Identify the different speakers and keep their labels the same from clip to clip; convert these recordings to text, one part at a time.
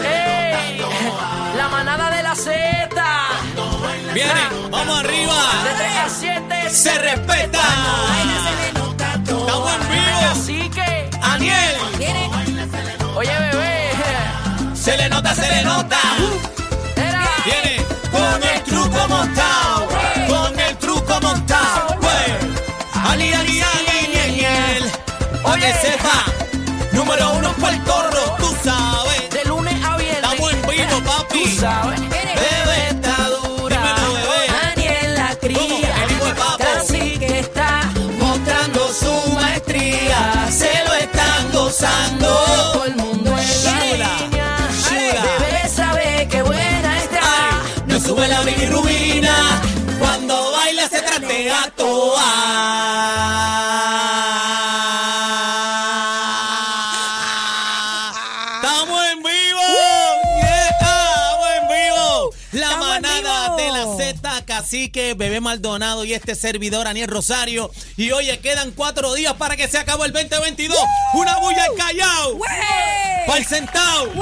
Speaker 1: ¡Ey! La manada de la Z.
Speaker 2: Viene,
Speaker 1: Ah.
Speaker 2: vamos
Speaker 1: De
Speaker 2: arriba.
Speaker 1: 3 a 7.
Speaker 2: Se respeta. Estamos en vivo.
Speaker 1: Así que.
Speaker 2: Aniel,
Speaker 1: Oye, bebé.
Speaker 2: se le nota, se le nota.
Speaker 1: Uh, Era.
Speaker 2: Viene con el truco montado. Con el truco montado. güey. Ali, ali, ali, ñe, ñe. Oye, sepa. Número uno para el corro, tú sabes.
Speaker 1: De lunes a viernes.
Speaker 2: Estamos en vivo, papi.
Speaker 1: Tú sabes.
Speaker 2: Bebé está dura. Dímelo, bebé.
Speaker 1: Daniel la cría.
Speaker 2: El hijo de papo.
Speaker 1: Casi que está.
Speaker 2: Mostrando su maestría. Se lo están gozando.
Speaker 1: Todo el mundo en la
Speaker 2: Chula,
Speaker 1: línea.
Speaker 2: chula.
Speaker 1: Bebé sabe que buena está.
Speaker 2: Ay, no sube la bilirrubina cuando baila se tratea toa. Estamos en vivo, Yeah, estamos en vivo. La
Speaker 3: Estamos en
Speaker 2: manada de
Speaker 3: vivo.
Speaker 2: la Z, cacique, bebé Maldonado y este servidor Aniel Rosario. Y oye, quedan cuatro días para que se acabe el 2022. Una bulla al Callao. Pa'l sentado,
Speaker 3: Wey.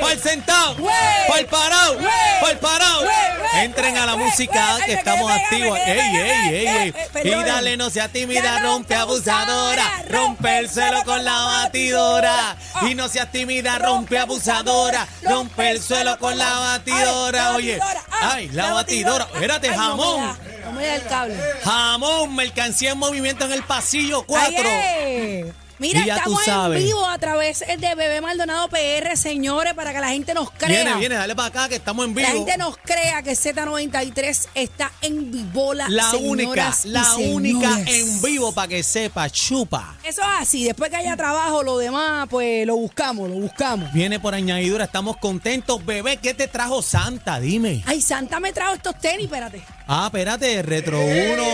Speaker 2: pa'l sentado,
Speaker 3: Wey.
Speaker 2: pa'l parado,
Speaker 3: Wey.
Speaker 2: pa'l parado.
Speaker 3: Wey, wey,
Speaker 2: Entren a la
Speaker 3: wey,
Speaker 2: música
Speaker 3: wey. Ay,
Speaker 2: que
Speaker 3: me
Speaker 2: estamos
Speaker 3: quedé
Speaker 2: activos.
Speaker 3: pegada, me
Speaker 2: Ey,
Speaker 3: quedé pegada.
Speaker 2: ey, ey,
Speaker 3: Eh, eh,
Speaker 2: ey.
Speaker 3: perdón.
Speaker 2: Y dale, no sea tímida,
Speaker 3: Ya
Speaker 2: rompe abusadora. Rompe el suelo con la batidora. Y no
Speaker 3: Ah.
Speaker 2: seas tímida, rompe abusadora. Rompe el suelo con la batidora. Oye, ay, la batidora. Espérate,
Speaker 3: Ay, no me
Speaker 2: jamón.
Speaker 3: da, No me da el cable.
Speaker 2: Jamón, mercancía en movimiento en el pasillo 4.
Speaker 3: Ay, eh. Mira,
Speaker 2: Y ya tú
Speaker 3: estamos en
Speaker 2: sabes.
Speaker 3: vivo a través de Bebé Maldonado PR, señores, para que la gente nos crea.
Speaker 2: Viene, viene, dale para acá que estamos en vivo.
Speaker 3: La gente nos crea que Z93 está en vivola.
Speaker 2: La única,
Speaker 3: señoras y
Speaker 2: la única
Speaker 3: señores.
Speaker 2: en vivo para que sepa, chupa.
Speaker 3: Eso es así. Después que haya trabajo, lo demás, pues lo buscamos, lo buscamos.
Speaker 2: Viene por añadidura, estamos contentos, bebé. ¿Qué te trajo Santa? Dime.
Speaker 3: Ay, Santa me trajo estos tenis, espérate.
Speaker 2: Ah, espérate, Retro 1.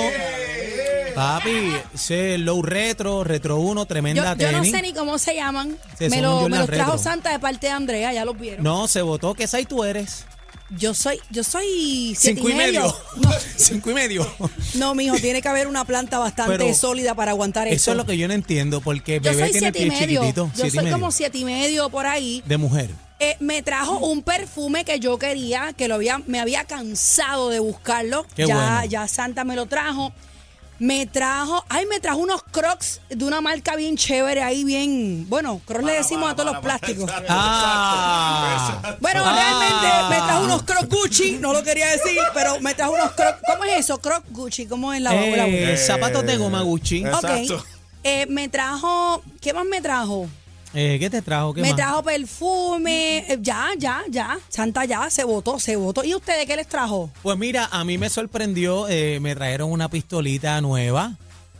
Speaker 2: Papi, ese Low Retro, Retro 1,
Speaker 3: Yo,
Speaker 2: tremenda
Speaker 3: yo no
Speaker 2: tenis.
Speaker 3: sé ni cómo se llaman.
Speaker 2: Sí,
Speaker 3: me
Speaker 2: son
Speaker 3: lo-
Speaker 2: Jordan
Speaker 3: me los trajo
Speaker 2: retro.
Speaker 3: Santa de parte de Andrea, ya los vieron.
Speaker 2: No, se votó, ¿qué size tú eres?
Speaker 3: Yo soy, yo soy siete
Speaker 2: Cinco y medio.
Speaker 3: No,
Speaker 2: Cinco y medio.
Speaker 3: no, mijo, tiene que haber una planta bastante
Speaker 2: Pero
Speaker 3: sólida para aguantar
Speaker 2: Eso
Speaker 3: eso.
Speaker 2: es lo que yo no entiendo, porque
Speaker 3: yo
Speaker 2: bebé
Speaker 3: soy
Speaker 2: tiene el
Speaker 3: siete y
Speaker 2: pie
Speaker 3: medio.
Speaker 2: chiquitito.
Speaker 3: yo
Speaker 2: siete y
Speaker 3: soy
Speaker 2: medio.
Speaker 3: como siete y medio por ahí.
Speaker 2: De mujer.
Speaker 3: Eh, me trajo un perfume que yo quería, que lo había, me había cansado de buscarlo.
Speaker 2: Qué
Speaker 3: ya,
Speaker 2: bueno.
Speaker 3: ya Santa me lo trajo. Me trajo, ay, me trajo unos crocs de una marca bien chévere ahí, bien, bueno, crocs le decimos a todos los plásticos.
Speaker 2: Ah.
Speaker 3: Bueno,
Speaker 2: Ah.
Speaker 3: realmente me trajo unos crocs Gucci, no lo quería decir, pero me trajo unos crocs, ¿cómo es eso? Crocs Gucci, ¿cómo es la, la-
Speaker 2: Eh, zapatos de goma Gucci.
Speaker 3: Ok. Eh, me trajo, ¿qué más me trajo?
Speaker 2: Eh, ¿Qué te trajo? ¿Qué
Speaker 3: Me
Speaker 2: más?
Speaker 3: trajo perfume, eh, ya, ya, ya, Santa ya, se votó, se votó. ¿Y ustedes qué les trajo?
Speaker 2: Pues mira, a mí me sorprendió, eh, me trajeron una pistolita nueva,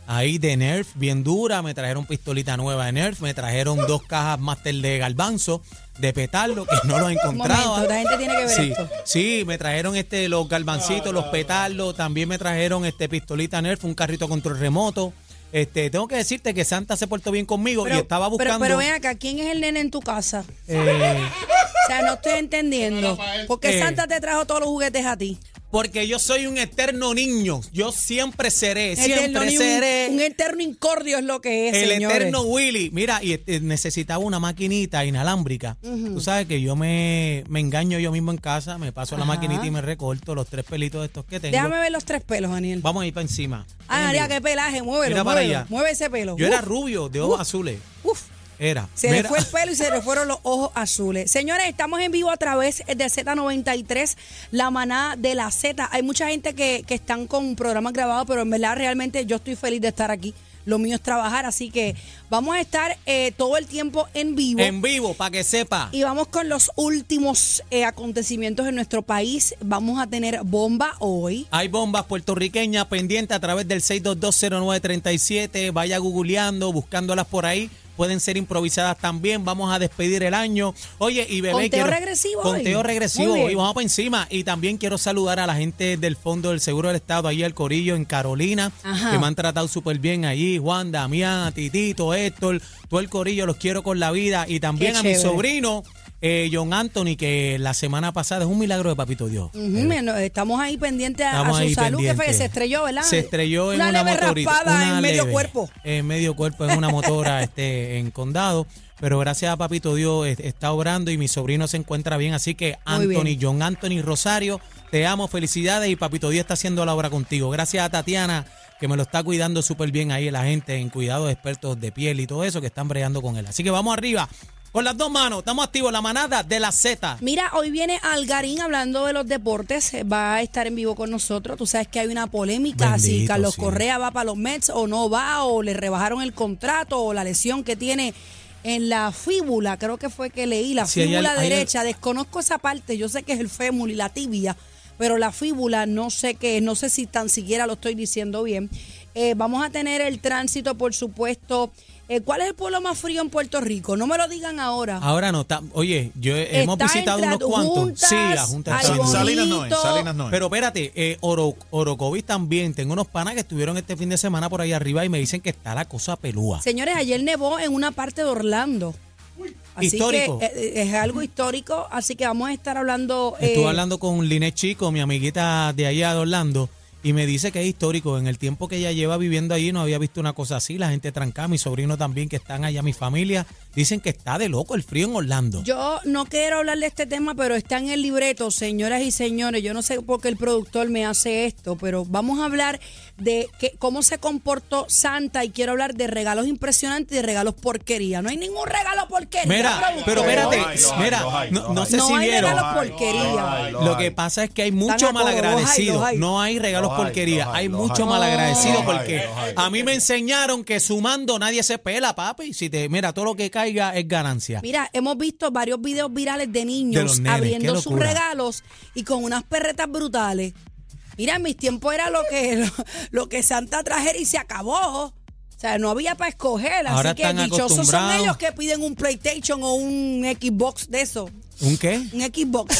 Speaker 2: ahí de Nerf, bien dura, me trajeron pistolita nueva de Nerf, me trajeron dos cajas Master de Galbanzo, de petardo, que no los
Speaker 3: Un
Speaker 2: encontraba.
Speaker 3: momento, la gente tiene que ver
Speaker 2: Sí,
Speaker 3: esto.
Speaker 2: sí, me trajeron este los galvancitos, los petardos, también me trajeron este pistolita Nerf, un carrito control remoto. Este, tengo que decirte que Santa se portó bien conmigo y estaba
Speaker 3: pero-
Speaker 2: buscando.
Speaker 3: pero ven acá, ¿quién es el nene en tu casa?
Speaker 2: eh,
Speaker 3: O sea, no estoy entendiendo. Porque
Speaker 2: Eh.
Speaker 3: Santa te trajo todos los juguetes a ti.
Speaker 2: porque yo soy un eterno niño. Yo siempre seré,
Speaker 3: Eterno,
Speaker 2: siempre
Speaker 3: ni
Speaker 2: seré.
Speaker 3: un, un eterno incordio es lo que es,
Speaker 2: El
Speaker 3: señores.
Speaker 2: eterno Willy. Mira, y este, necesitaba una maquinita inalámbrica. Tú sabes que yo me, me engaño yo mismo en casa, me paso la maquinita y me recorto los tres pelitos estos que tengo.
Speaker 3: Déjame ver los tres pelos, Daniel.
Speaker 2: Vamos a ir para encima.
Speaker 3: Ah, María, qué pelaje, muévelo,
Speaker 2: Mira para
Speaker 3: muévelo,
Speaker 2: allá.
Speaker 3: mueve ese pelo.
Speaker 2: Yo era
Speaker 3: Uf,
Speaker 2: rubio, de ojos azules.
Speaker 3: Uf,
Speaker 2: Era.
Speaker 3: Se le
Speaker 2: Mira.
Speaker 3: fue el pelo y se le fueron los ojos azules. Señores, estamos en vivo a través de Z93, la maná de la Z. Hay mucha gente que, que están con programas grabados, pero en verdad realmente yo estoy feliz de estar aquí. Lo mío es trabajar, así que vamos a estar eh, todo el tiempo en vivo.
Speaker 2: En vivo, para que sepa.
Speaker 3: Y vamos con los últimos eh, acontecimientos en nuestro país. Vamos a tener bomba hoy.
Speaker 2: Hay bombas puertorriqueñas pendientes a través del 6220937. Vaya googleando, buscándolas por ahí. Pueden ser improvisadas también. Vamos a despedir el año. Oye, y bebé.
Speaker 3: Conteo
Speaker 2: quiero-
Speaker 3: regresivo hoy.
Speaker 2: Conteo regresivo
Speaker 3: Muy bien.
Speaker 2: hoy. Vamos para encima. Y también quiero saludar a la gente del Fondo del Seguro del Estado, ahí al Corillo, en Carolina,
Speaker 3: Ajá.
Speaker 2: que me han tratado súper bien ahí. Juan, Damián, Titito, Héctor, todo el Corillo, los quiero con la vida. Y también
Speaker 3: Qué
Speaker 2: a mi
Speaker 3: chévere.
Speaker 2: sobrino. eh, John Anthony, que la semana pasada es un milagro de Papito Dios.
Speaker 3: Ujú, no, Estamos ahí pendientes a- a,
Speaker 2: Estamos
Speaker 3: su
Speaker 2: ahí
Speaker 3: salud, que fue que
Speaker 2: pendientes.
Speaker 3: se estrelló, ¿verdad?
Speaker 2: Se estrelló en
Speaker 3: una,
Speaker 2: una,
Speaker 3: leve
Speaker 2: motorita,
Speaker 3: raspada
Speaker 2: una
Speaker 3: en medio
Speaker 2: leve,
Speaker 3: cuerpo.
Speaker 2: En medio cuerpo, en una motora este, en condado. Pero gracias a Papito Dios es- está obrando y mi sobrino se encuentra bien. Así que
Speaker 3: Muy
Speaker 2: Anthony,
Speaker 3: bien.
Speaker 2: John Anthony Rosario, te amo, felicidades y Papito Dios está haciendo la obra contigo. Gracias a Tatiana que me lo está cuidando súper bien ahí la gente en cuidados expertos de piel y todo eso que están bregando con él. Así que vamos arriba. Con las dos manos, estamos activos, la manada de la Z.
Speaker 3: Mira, hoy viene Algarín hablando de los deportes, eh, va a estar en vivo con nosotros. Tú sabes que hay una polémica, si
Speaker 2: Bendito,
Speaker 3: Carlos
Speaker 2: sí.
Speaker 3: Correa va para los Mets o no va, o le rebajaron el contrato, o la lesión que tiene en la fíbula, creo que fue que leí, la
Speaker 2: Sí, hay
Speaker 3: fíbula
Speaker 2: al- hay al-
Speaker 3: derecha. Desconozco esa parte, yo sé que es el fémur y la tibia, pero la fíbula no sé qué, es, no sé si tan siquiera lo estoy diciendo bien. Eh, vamos a tener el tránsito, por supuesto. Eh, ¿Cuál es el pueblo más frío en Puerto Rico? No me lo digan ahora.
Speaker 2: Ahora no, está, oye, yo he- hemos
Speaker 3: Está
Speaker 2: visitado
Speaker 3: entre
Speaker 2: unos
Speaker 3: las
Speaker 2: cuantos.
Speaker 3: juntas,
Speaker 2: sí, la Junta
Speaker 3: hay
Speaker 2: está
Speaker 3: bonito.
Speaker 4: Salinas no es, Salinas no es.
Speaker 2: Pero espérate, eh, Oro- Orocovis también. Tengo unos panas que estuvieron este fin de semana por ahí arriba y me dicen que está la cosa pelúa.
Speaker 3: Señores, ayer nevó en una parte de Orlando. Así
Speaker 2: Histórico.
Speaker 3: que eh, es algo histórico, así que vamos a estar hablando. eh,
Speaker 2: Estuve hablando con Liné Chico, mi amiguita de allá de Orlando, y me dice que es histórico. En el tiempo que ella lleva viviendo allí no había visto una cosa así. La gente trancada, mi sobrino también que están allá, mi familia, dicen que está de loco el frío en Orlando.
Speaker 3: Yo no quiero hablar de este tema, pero está en el libreto, señoras y señores. Yo no sé por qué el productor me hace esto, pero vamos a hablar de que, cómo se comportó Santa y quiero hablar de regalos impresionantes y de regalos porquería. No hay ningún regalo porquería.
Speaker 2: Mira,
Speaker 3: productor.
Speaker 2: pero espérate,
Speaker 4: Los hay, los hay,
Speaker 2: mira,
Speaker 4: los hay,
Speaker 2: no,
Speaker 4: los
Speaker 2: no
Speaker 4: hay.
Speaker 2: sé si
Speaker 3: No hay
Speaker 2: vieron.
Speaker 3: regalos porquería.
Speaker 4: Los
Speaker 2: Lo
Speaker 4: hay.
Speaker 2: que pasa es que hay
Speaker 3: Están
Speaker 2: mucho
Speaker 3: a todo,
Speaker 2: malagradecido.
Speaker 3: los hay, los hay.
Speaker 2: No hay regalos
Speaker 4: Los hay,
Speaker 2: porquería.
Speaker 4: los hay,
Speaker 2: Hay
Speaker 4: los
Speaker 2: mucho
Speaker 4: hay.
Speaker 2: malagradecido
Speaker 4: Los hay,
Speaker 2: porque
Speaker 4: los hay.
Speaker 2: a mí me enseñaron que sumando nadie se pela, papi. Si te mira, todo lo que caiga es ganancia.
Speaker 3: Mira, hemos visto varios videos virales de
Speaker 2: De
Speaker 3: niños
Speaker 2: los nenes,
Speaker 3: abriendo
Speaker 2: qué
Speaker 3: sus
Speaker 2: locura.
Speaker 3: regalos y con unas perretas brutales. Mira, en mis tiempos era lo que lo, lo que Santa trajera y se acabó. O sea, no había para escoger,
Speaker 2: Ahora
Speaker 3: así que
Speaker 2: están
Speaker 3: dichosos son
Speaker 2: acostumbrados.
Speaker 3: ellos que piden un PlayStation o un Xbox de eso,
Speaker 2: ¿Un qué?
Speaker 3: un Xbox.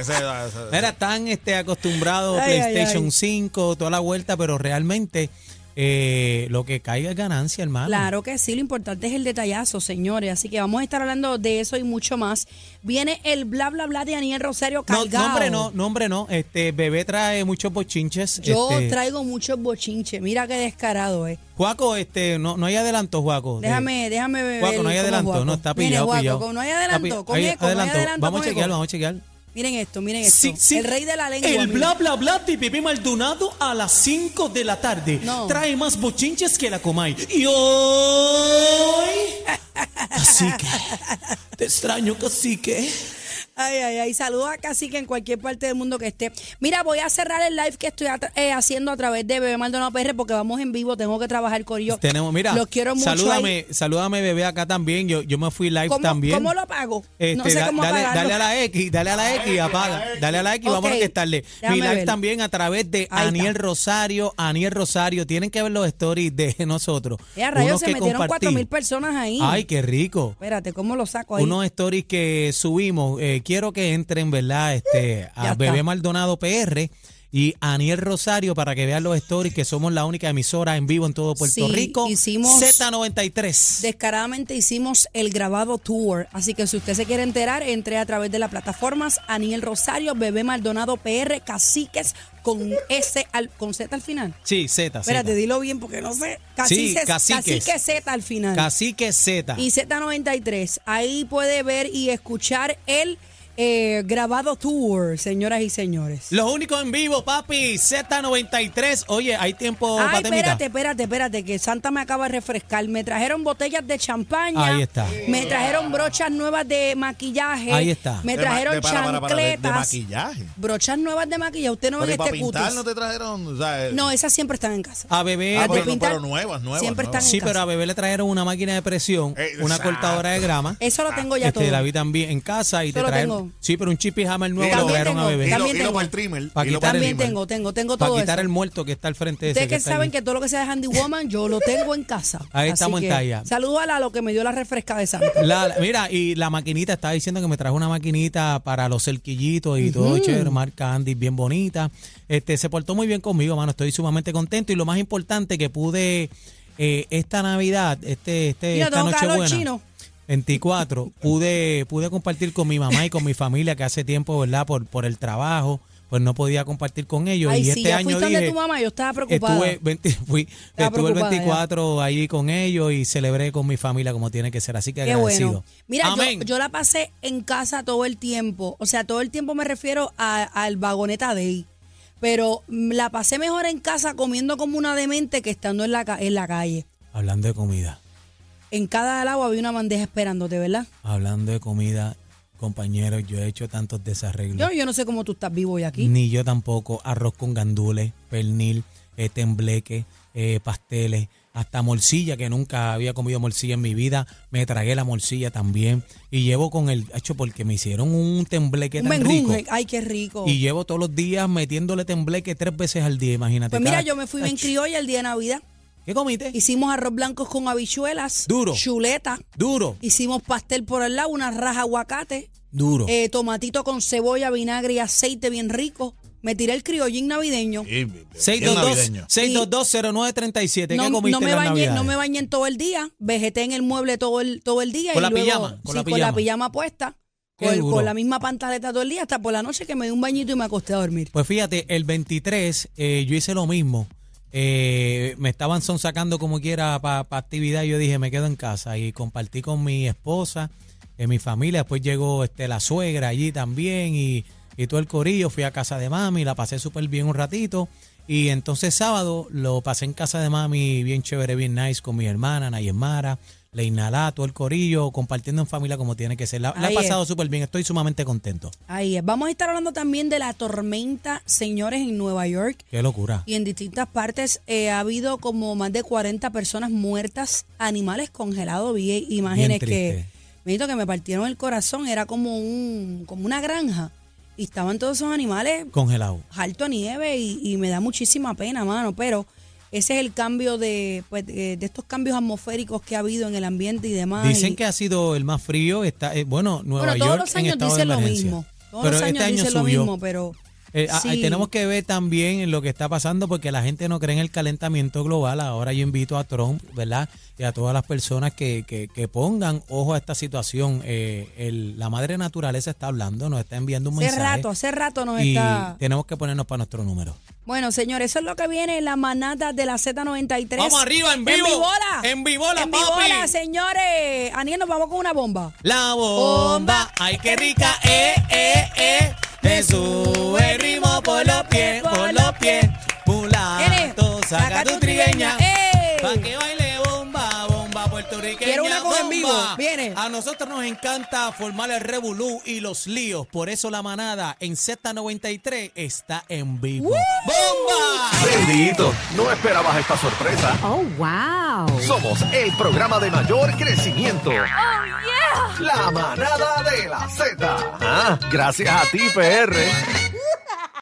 Speaker 4: Ese era- ese-
Speaker 2: Mira, están este, acostumbrados
Speaker 3: Ay, ay,
Speaker 2: PlayStation
Speaker 3: ay.
Speaker 2: 5, toda la vuelta, pero realmente eh, lo que caiga es ganancia, hermano.
Speaker 3: Claro que sí, lo importante es el detallazo, señores. Así que vamos a estar hablando de eso y mucho más. Viene el bla bla bla de Aniel Rosario
Speaker 2: No,
Speaker 3: cargado.
Speaker 2: no, hombre, no, no, hombre, no. Este, bebé trae muchos bochinches.
Speaker 3: Yo
Speaker 2: este,
Speaker 3: traigo muchos bochinches. Mira qué descarado, eh.
Speaker 2: Juaco, este, no, no hay adelanto, Juaco. de-
Speaker 3: Déjame, déjame ver.
Speaker 2: Juaco, no hay
Speaker 3: cómo
Speaker 2: adelanto,
Speaker 3: Juaco.
Speaker 2: no, está
Speaker 3: Mire,
Speaker 2: pillado,
Speaker 3: Juaco,
Speaker 2: pillado.
Speaker 3: como no hay
Speaker 2: Está
Speaker 3: adelanto,
Speaker 2: pi-
Speaker 3: con
Speaker 2: hay
Speaker 3: eco, no hay
Speaker 2: adelanto.
Speaker 3: adelanto.
Speaker 2: Vamos a
Speaker 3: con eco.
Speaker 2: chequear, vamos a chequear.
Speaker 3: Miren esto, miren esto.
Speaker 2: Sí, sí.
Speaker 3: El rey de la lengua.
Speaker 2: El
Speaker 3: mira.
Speaker 2: bla bla bla de Pepe Maldonado a las 5 de la tarde.
Speaker 3: No.
Speaker 2: Trae más bochinches que la Comay. Y hoy. Así que. Te extraño, cacique.
Speaker 3: Ay, ay, ay. Saludos a Cacique en cualquier parte del mundo que esté. Mira, voy a cerrar el live que estoy atra- eh, haciendo a través de Bebé Maldonado PR porque vamos en vivo. Tengo que trabajar con ellos.
Speaker 2: Tenemos, mira.
Speaker 3: Los quiero mucho. ahí.
Speaker 2: Salúdame, salúdame, bebé, acá también. Yo, yo me fui live
Speaker 3: ¿Cómo,
Speaker 2: también.
Speaker 3: ¿Cómo lo pago? no
Speaker 2: Este,
Speaker 3: sé
Speaker 2: da-
Speaker 3: cómo
Speaker 2: dale,
Speaker 3: pagarlo.
Speaker 2: dale a la X, dale a la X y apaga. Dale a la X y
Speaker 3: Ok,
Speaker 2: vamos a orquestarle.
Speaker 3: déjame
Speaker 2: Mi live
Speaker 3: ver.
Speaker 2: también a través de
Speaker 3: Ahí
Speaker 2: Aniel
Speaker 3: está.
Speaker 2: Rosario. Aniel Rosario, tienen que ver los stories de nosotros.
Speaker 3: Ya, Eh, rayos,
Speaker 2: Unos
Speaker 3: se
Speaker 2: que
Speaker 3: metieron
Speaker 2: compartí.
Speaker 3: 4.000 personas ahí.
Speaker 2: Ay, qué rico.
Speaker 3: Espérate, ¿cómo lo saco ahí?
Speaker 2: Unos stories que subimos. eh, quiero que entren, ¿verdad? Este,
Speaker 3: Ya
Speaker 2: a
Speaker 3: está.
Speaker 2: Bebé Maldonado PR y Aniel Rosario para que vean los stories que somos la única emisora en vivo en todo Puerto
Speaker 3: Sí,
Speaker 2: Rico.
Speaker 3: hicimos-
Speaker 2: Z93.
Speaker 3: Descaradamente hicimos el grabado tour, así que si usted se quiere enterar, entre a través de las plataformas Aniel Rosario, Bebé Maldonado, PR, Caciques, con S, al, con Z al final.
Speaker 2: sí, Z.
Speaker 3: Espérate, dilo bien porque no sé.
Speaker 2: Sí,
Speaker 3: Caciques,
Speaker 2: Caciques.
Speaker 3: Cacique Z al final.
Speaker 2: Cacique Z.
Speaker 3: Y Z93, ahí puede ver y escuchar el eh, grabado tour, señoras y señores.
Speaker 2: Los únicos en vivo, papi, Z93. Oye, hay tiempo
Speaker 3: Ay,
Speaker 2: para temita.
Speaker 3: espérate, espérate, espérate, que Santa me acaba de refrescar. Me trajeron botellas de champaña.
Speaker 2: Ahí está.
Speaker 3: Me trajeron brochas nuevas de maquillaje.
Speaker 2: Ahí está.
Speaker 3: Me
Speaker 4: De ma-
Speaker 3: trajeron
Speaker 4: de- para, para, para, de- de
Speaker 3: chancletas.
Speaker 4: maquillaje.
Speaker 3: Brochas nuevas de maquillaje. Usted no
Speaker 4: Pero
Speaker 3: ve
Speaker 4: y para
Speaker 3: este
Speaker 4: pintar no
Speaker 3: cutis.
Speaker 4: te trajeron. O sea, eh,
Speaker 3: No, esas siempre están en casa.
Speaker 2: A bebé.
Speaker 3: Las
Speaker 4: Ah,
Speaker 3: de
Speaker 4: pero no,
Speaker 3: pintar
Speaker 4: pero nuevas, nuevas,
Speaker 3: Siempre
Speaker 4: nuevas.
Speaker 3: están
Speaker 2: eh, sí,
Speaker 3: en
Speaker 2: pero
Speaker 3: casa.
Speaker 2: a bebé le trajeron una máquina de presión, una
Speaker 4: Exacto.
Speaker 2: cortadora de grama.
Speaker 3: Eso lo tengo ya
Speaker 2: Este, la
Speaker 3: todo.
Speaker 2: vi también en casa y
Speaker 3: Eso
Speaker 2: te
Speaker 3: lo
Speaker 2: traen.
Speaker 3: tengo.
Speaker 2: Sí, pero un chip y hammer nuevo
Speaker 4: También
Speaker 2: lo trajeron a
Speaker 3: tengo.
Speaker 2: bebé.
Speaker 4: Y lo,
Speaker 3: También
Speaker 4: y
Speaker 3: tengo.
Speaker 4: lo para el trimmer.
Speaker 2: Pa'
Speaker 4: y lo
Speaker 2: quitar el
Speaker 3: También
Speaker 2: animal.
Speaker 3: tengo, tengo, tengo
Speaker 2: Para
Speaker 3: todo
Speaker 2: quitar
Speaker 3: eso.
Speaker 2: el muerto que está al frente de ese.
Speaker 3: Ustedes que
Speaker 2: está
Speaker 3: saben
Speaker 2: allí.
Speaker 3: que todo lo que sea de Handy Woman, yo lo tengo en casa.
Speaker 2: Ahí
Speaker 3: Así
Speaker 2: estamos en
Speaker 3: que,
Speaker 2: talla.
Speaker 3: Saludo a Lalo que me dio la refresca de Santa.
Speaker 2: La- la- mira, y la maquinita, estaba diciendo que me trajo una maquinita para los cerquillitos y todo chévere, marca Andy, bien bonita. Este, se portó muy bien conmigo, mano, estoy sumamente contento y lo más importante que pude eh, esta Navidad, este, este,
Speaker 3: Mira,
Speaker 2: esta
Speaker 3: tengo calor
Speaker 2: Nochebuena.
Speaker 3: chino.
Speaker 2: 24, pude, pude compartir con mi mamá y con mi familia que hace tiempo, ¿verdad? Por, por el trabajo, pues no podía compartir con ellos.
Speaker 3: Ay,
Speaker 2: y
Speaker 3: sí,
Speaker 2: este
Speaker 3: ya
Speaker 2: año
Speaker 3: fuiste donde
Speaker 2: dije,
Speaker 3: tu mamá, yo estaba preocupada.
Speaker 2: Estuve, 20 fui-
Speaker 3: Estaba
Speaker 2: estuve el
Speaker 3: preocupada,
Speaker 2: 24 ahí con ellos y celebré con mi familia como tiene que ser. Así que
Speaker 3: Qué
Speaker 2: agradecido.
Speaker 3: bueno. Mira, yo,
Speaker 2: Amén.
Speaker 3: yo la pasé en casa todo el tiempo. O sea, todo el tiempo me refiero a- al vagoneta day. Pero mm, la pasé mejor en casa comiendo como una demente que estando en la, ca- en la calle.
Speaker 2: Hablando de comida,
Speaker 3: En cada lado había una bandeja esperándote, ¿verdad?
Speaker 2: hablando de comida, compañeros, yo he hecho tantos desarreglos.
Speaker 3: Yo, yo no sé cómo tú estás vivo hoy aquí.
Speaker 2: Mm. Ni yo tampoco. Arroz con gandules, pernil, eh, tembleque, eh, pasteles, hasta morcilla, que nunca había comido morcilla en mi vida. Me tragué la morcilla también. Y llevo con el hecho porque me hicieron un tembleque
Speaker 3: Un
Speaker 2: tan
Speaker 3: menjunje.
Speaker 2: rico.
Speaker 3: Ay, qué rico.
Speaker 2: Y llevo todos los días metiéndole tembleque tres veces al día, imagínate.
Speaker 3: pues mira,
Speaker 2: cada-
Speaker 3: yo me fui bien
Speaker 2: Ach,
Speaker 3: criolla el día de Navidad.
Speaker 2: ¿Qué comiste?
Speaker 3: Hicimos arroz blancos con habichuelas.
Speaker 2: Duro.
Speaker 3: Chuleta.
Speaker 2: Duro,
Speaker 3: Hicimos pastel por el lado, una raja aguacate.
Speaker 2: duro.
Speaker 3: eh, tomatito con cebolla, vinagre y aceite bien rico. Me tiré el criollín navideño.
Speaker 4: Y- bien
Speaker 2: 622
Speaker 4: navideño.
Speaker 2: 622-0937. ¿Qué
Speaker 3: No,
Speaker 2: comiste
Speaker 3: no me
Speaker 2: en las
Speaker 3: bañé, no
Speaker 2: Navidades?
Speaker 3: me bañé en todo el día, vegeté en el mueble todo el, todo el día.
Speaker 2: Con
Speaker 3: y
Speaker 2: la
Speaker 3: luego-
Speaker 2: pijama, con
Speaker 3: sí,
Speaker 2: la
Speaker 3: con la
Speaker 2: pijama.
Speaker 3: pijama puesta,
Speaker 2: Qué
Speaker 3: con, el-
Speaker 2: duro.
Speaker 3: con la misma pantaleta todo el día, hasta por la noche que me di un bañito y me acosté a dormir.
Speaker 2: Pues fíjate, el 23 eh, yo hice lo mismo. Eh, me estaban sonsacando como quiera para actividad. Yo dije, me quedo en casa y compartí con mi esposa, eh, mi familia. Después llegó este, la suegra allí también y, y todo el corillo. Fui a casa de mami, la pasé súper bien un ratito. Y entonces sábado lo pasé en casa de mami bien chévere, bien nice con mi hermana, Nayemara, Leinalá, todo el corillo, compartiendo en familia como tiene que ser. La, la he
Speaker 3: Ahí es.
Speaker 2: pasado súper bien, estoy sumamente contento.
Speaker 3: Ahí es. Vamos a estar hablando también de la tormenta, señores, en Nueva York.
Speaker 2: Qué locura.
Speaker 3: Y en distintas partes eh, ha habido como más de 40 personas muertas, animales congelados. Vi imágenes que,
Speaker 2: triste.
Speaker 3: Benito, que me partieron el corazón. Era como, un, como una granja. Y estaban todos esos animales
Speaker 2: Congelado.
Speaker 3: alto a nieve y, y me da muchísima pena, mano. Pero ese es el cambio de, pues, eh, de estos cambios atmosféricos que ha habido en el ambiente y demás.
Speaker 2: Dicen
Speaker 3: Y-
Speaker 2: que ha sido el más frío. Está, eh, bueno, Nueva
Speaker 3: bueno, todos
Speaker 2: York
Speaker 3: los
Speaker 2: en
Speaker 3: años
Speaker 2: estado de
Speaker 3: dicen lo
Speaker 2: emergencia.
Speaker 3: mismo. Todos
Speaker 2: Pero
Speaker 3: los años
Speaker 2: este año
Speaker 3: dicen lo
Speaker 2: subió.
Speaker 3: mismo, pero...
Speaker 2: Eh, a- a-
Speaker 3: sí.
Speaker 2: tenemos que ver también en lo que está pasando porque la gente no cree en el calentamiento global. Ahora yo invito a Trump, ¿verdad? Y a todas las personas que, que- que pongan ojo a esta situación. Eh, el- la madre naturaleza está hablando, nos está enviando un
Speaker 3: Hace
Speaker 2: mensaje.
Speaker 3: rato, hace rato nos
Speaker 2: ¿eh? y
Speaker 3: está...
Speaker 2: tenemos que ponernos para nuestro número.
Speaker 3: Bueno, señores, eso es lo que viene en la manada de la Z93.
Speaker 2: Vamos arriba, en vivo.
Speaker 3: En vivola.
Speaker 2: En vivola,
Speaker 3: En
Speaker 2: papi.
Speaker 3: vivola, señores. Aniel, nos vamos con una bomba.
Speaker 2: La bomba, ay qué rica, eh, eh, eh. Me sube el ritmo por los pies, por los pies. Mulato, saca tu trigueña.
Speaker 3: ¡Ey!
Speaker 2: Pa' que baile bomba, bomba puertorriqueña.
Speaker 3: Quiero una con en vivo,
Speaker 2: bomba.
Speaker 3: viene.
Speaker 2: A nosotros nos encanta formar el revolú y los líos. Por eso la manada en Z93 está en vivo. ¡Bomba!
Speaker 5: Bendito, no esperabas esta sorpresa.
Speaker 6: Oh, wow.
Speaker 5: Somos el programa de mayor crecimiento. La manada de la Z. Ah, gracias a ti, PR.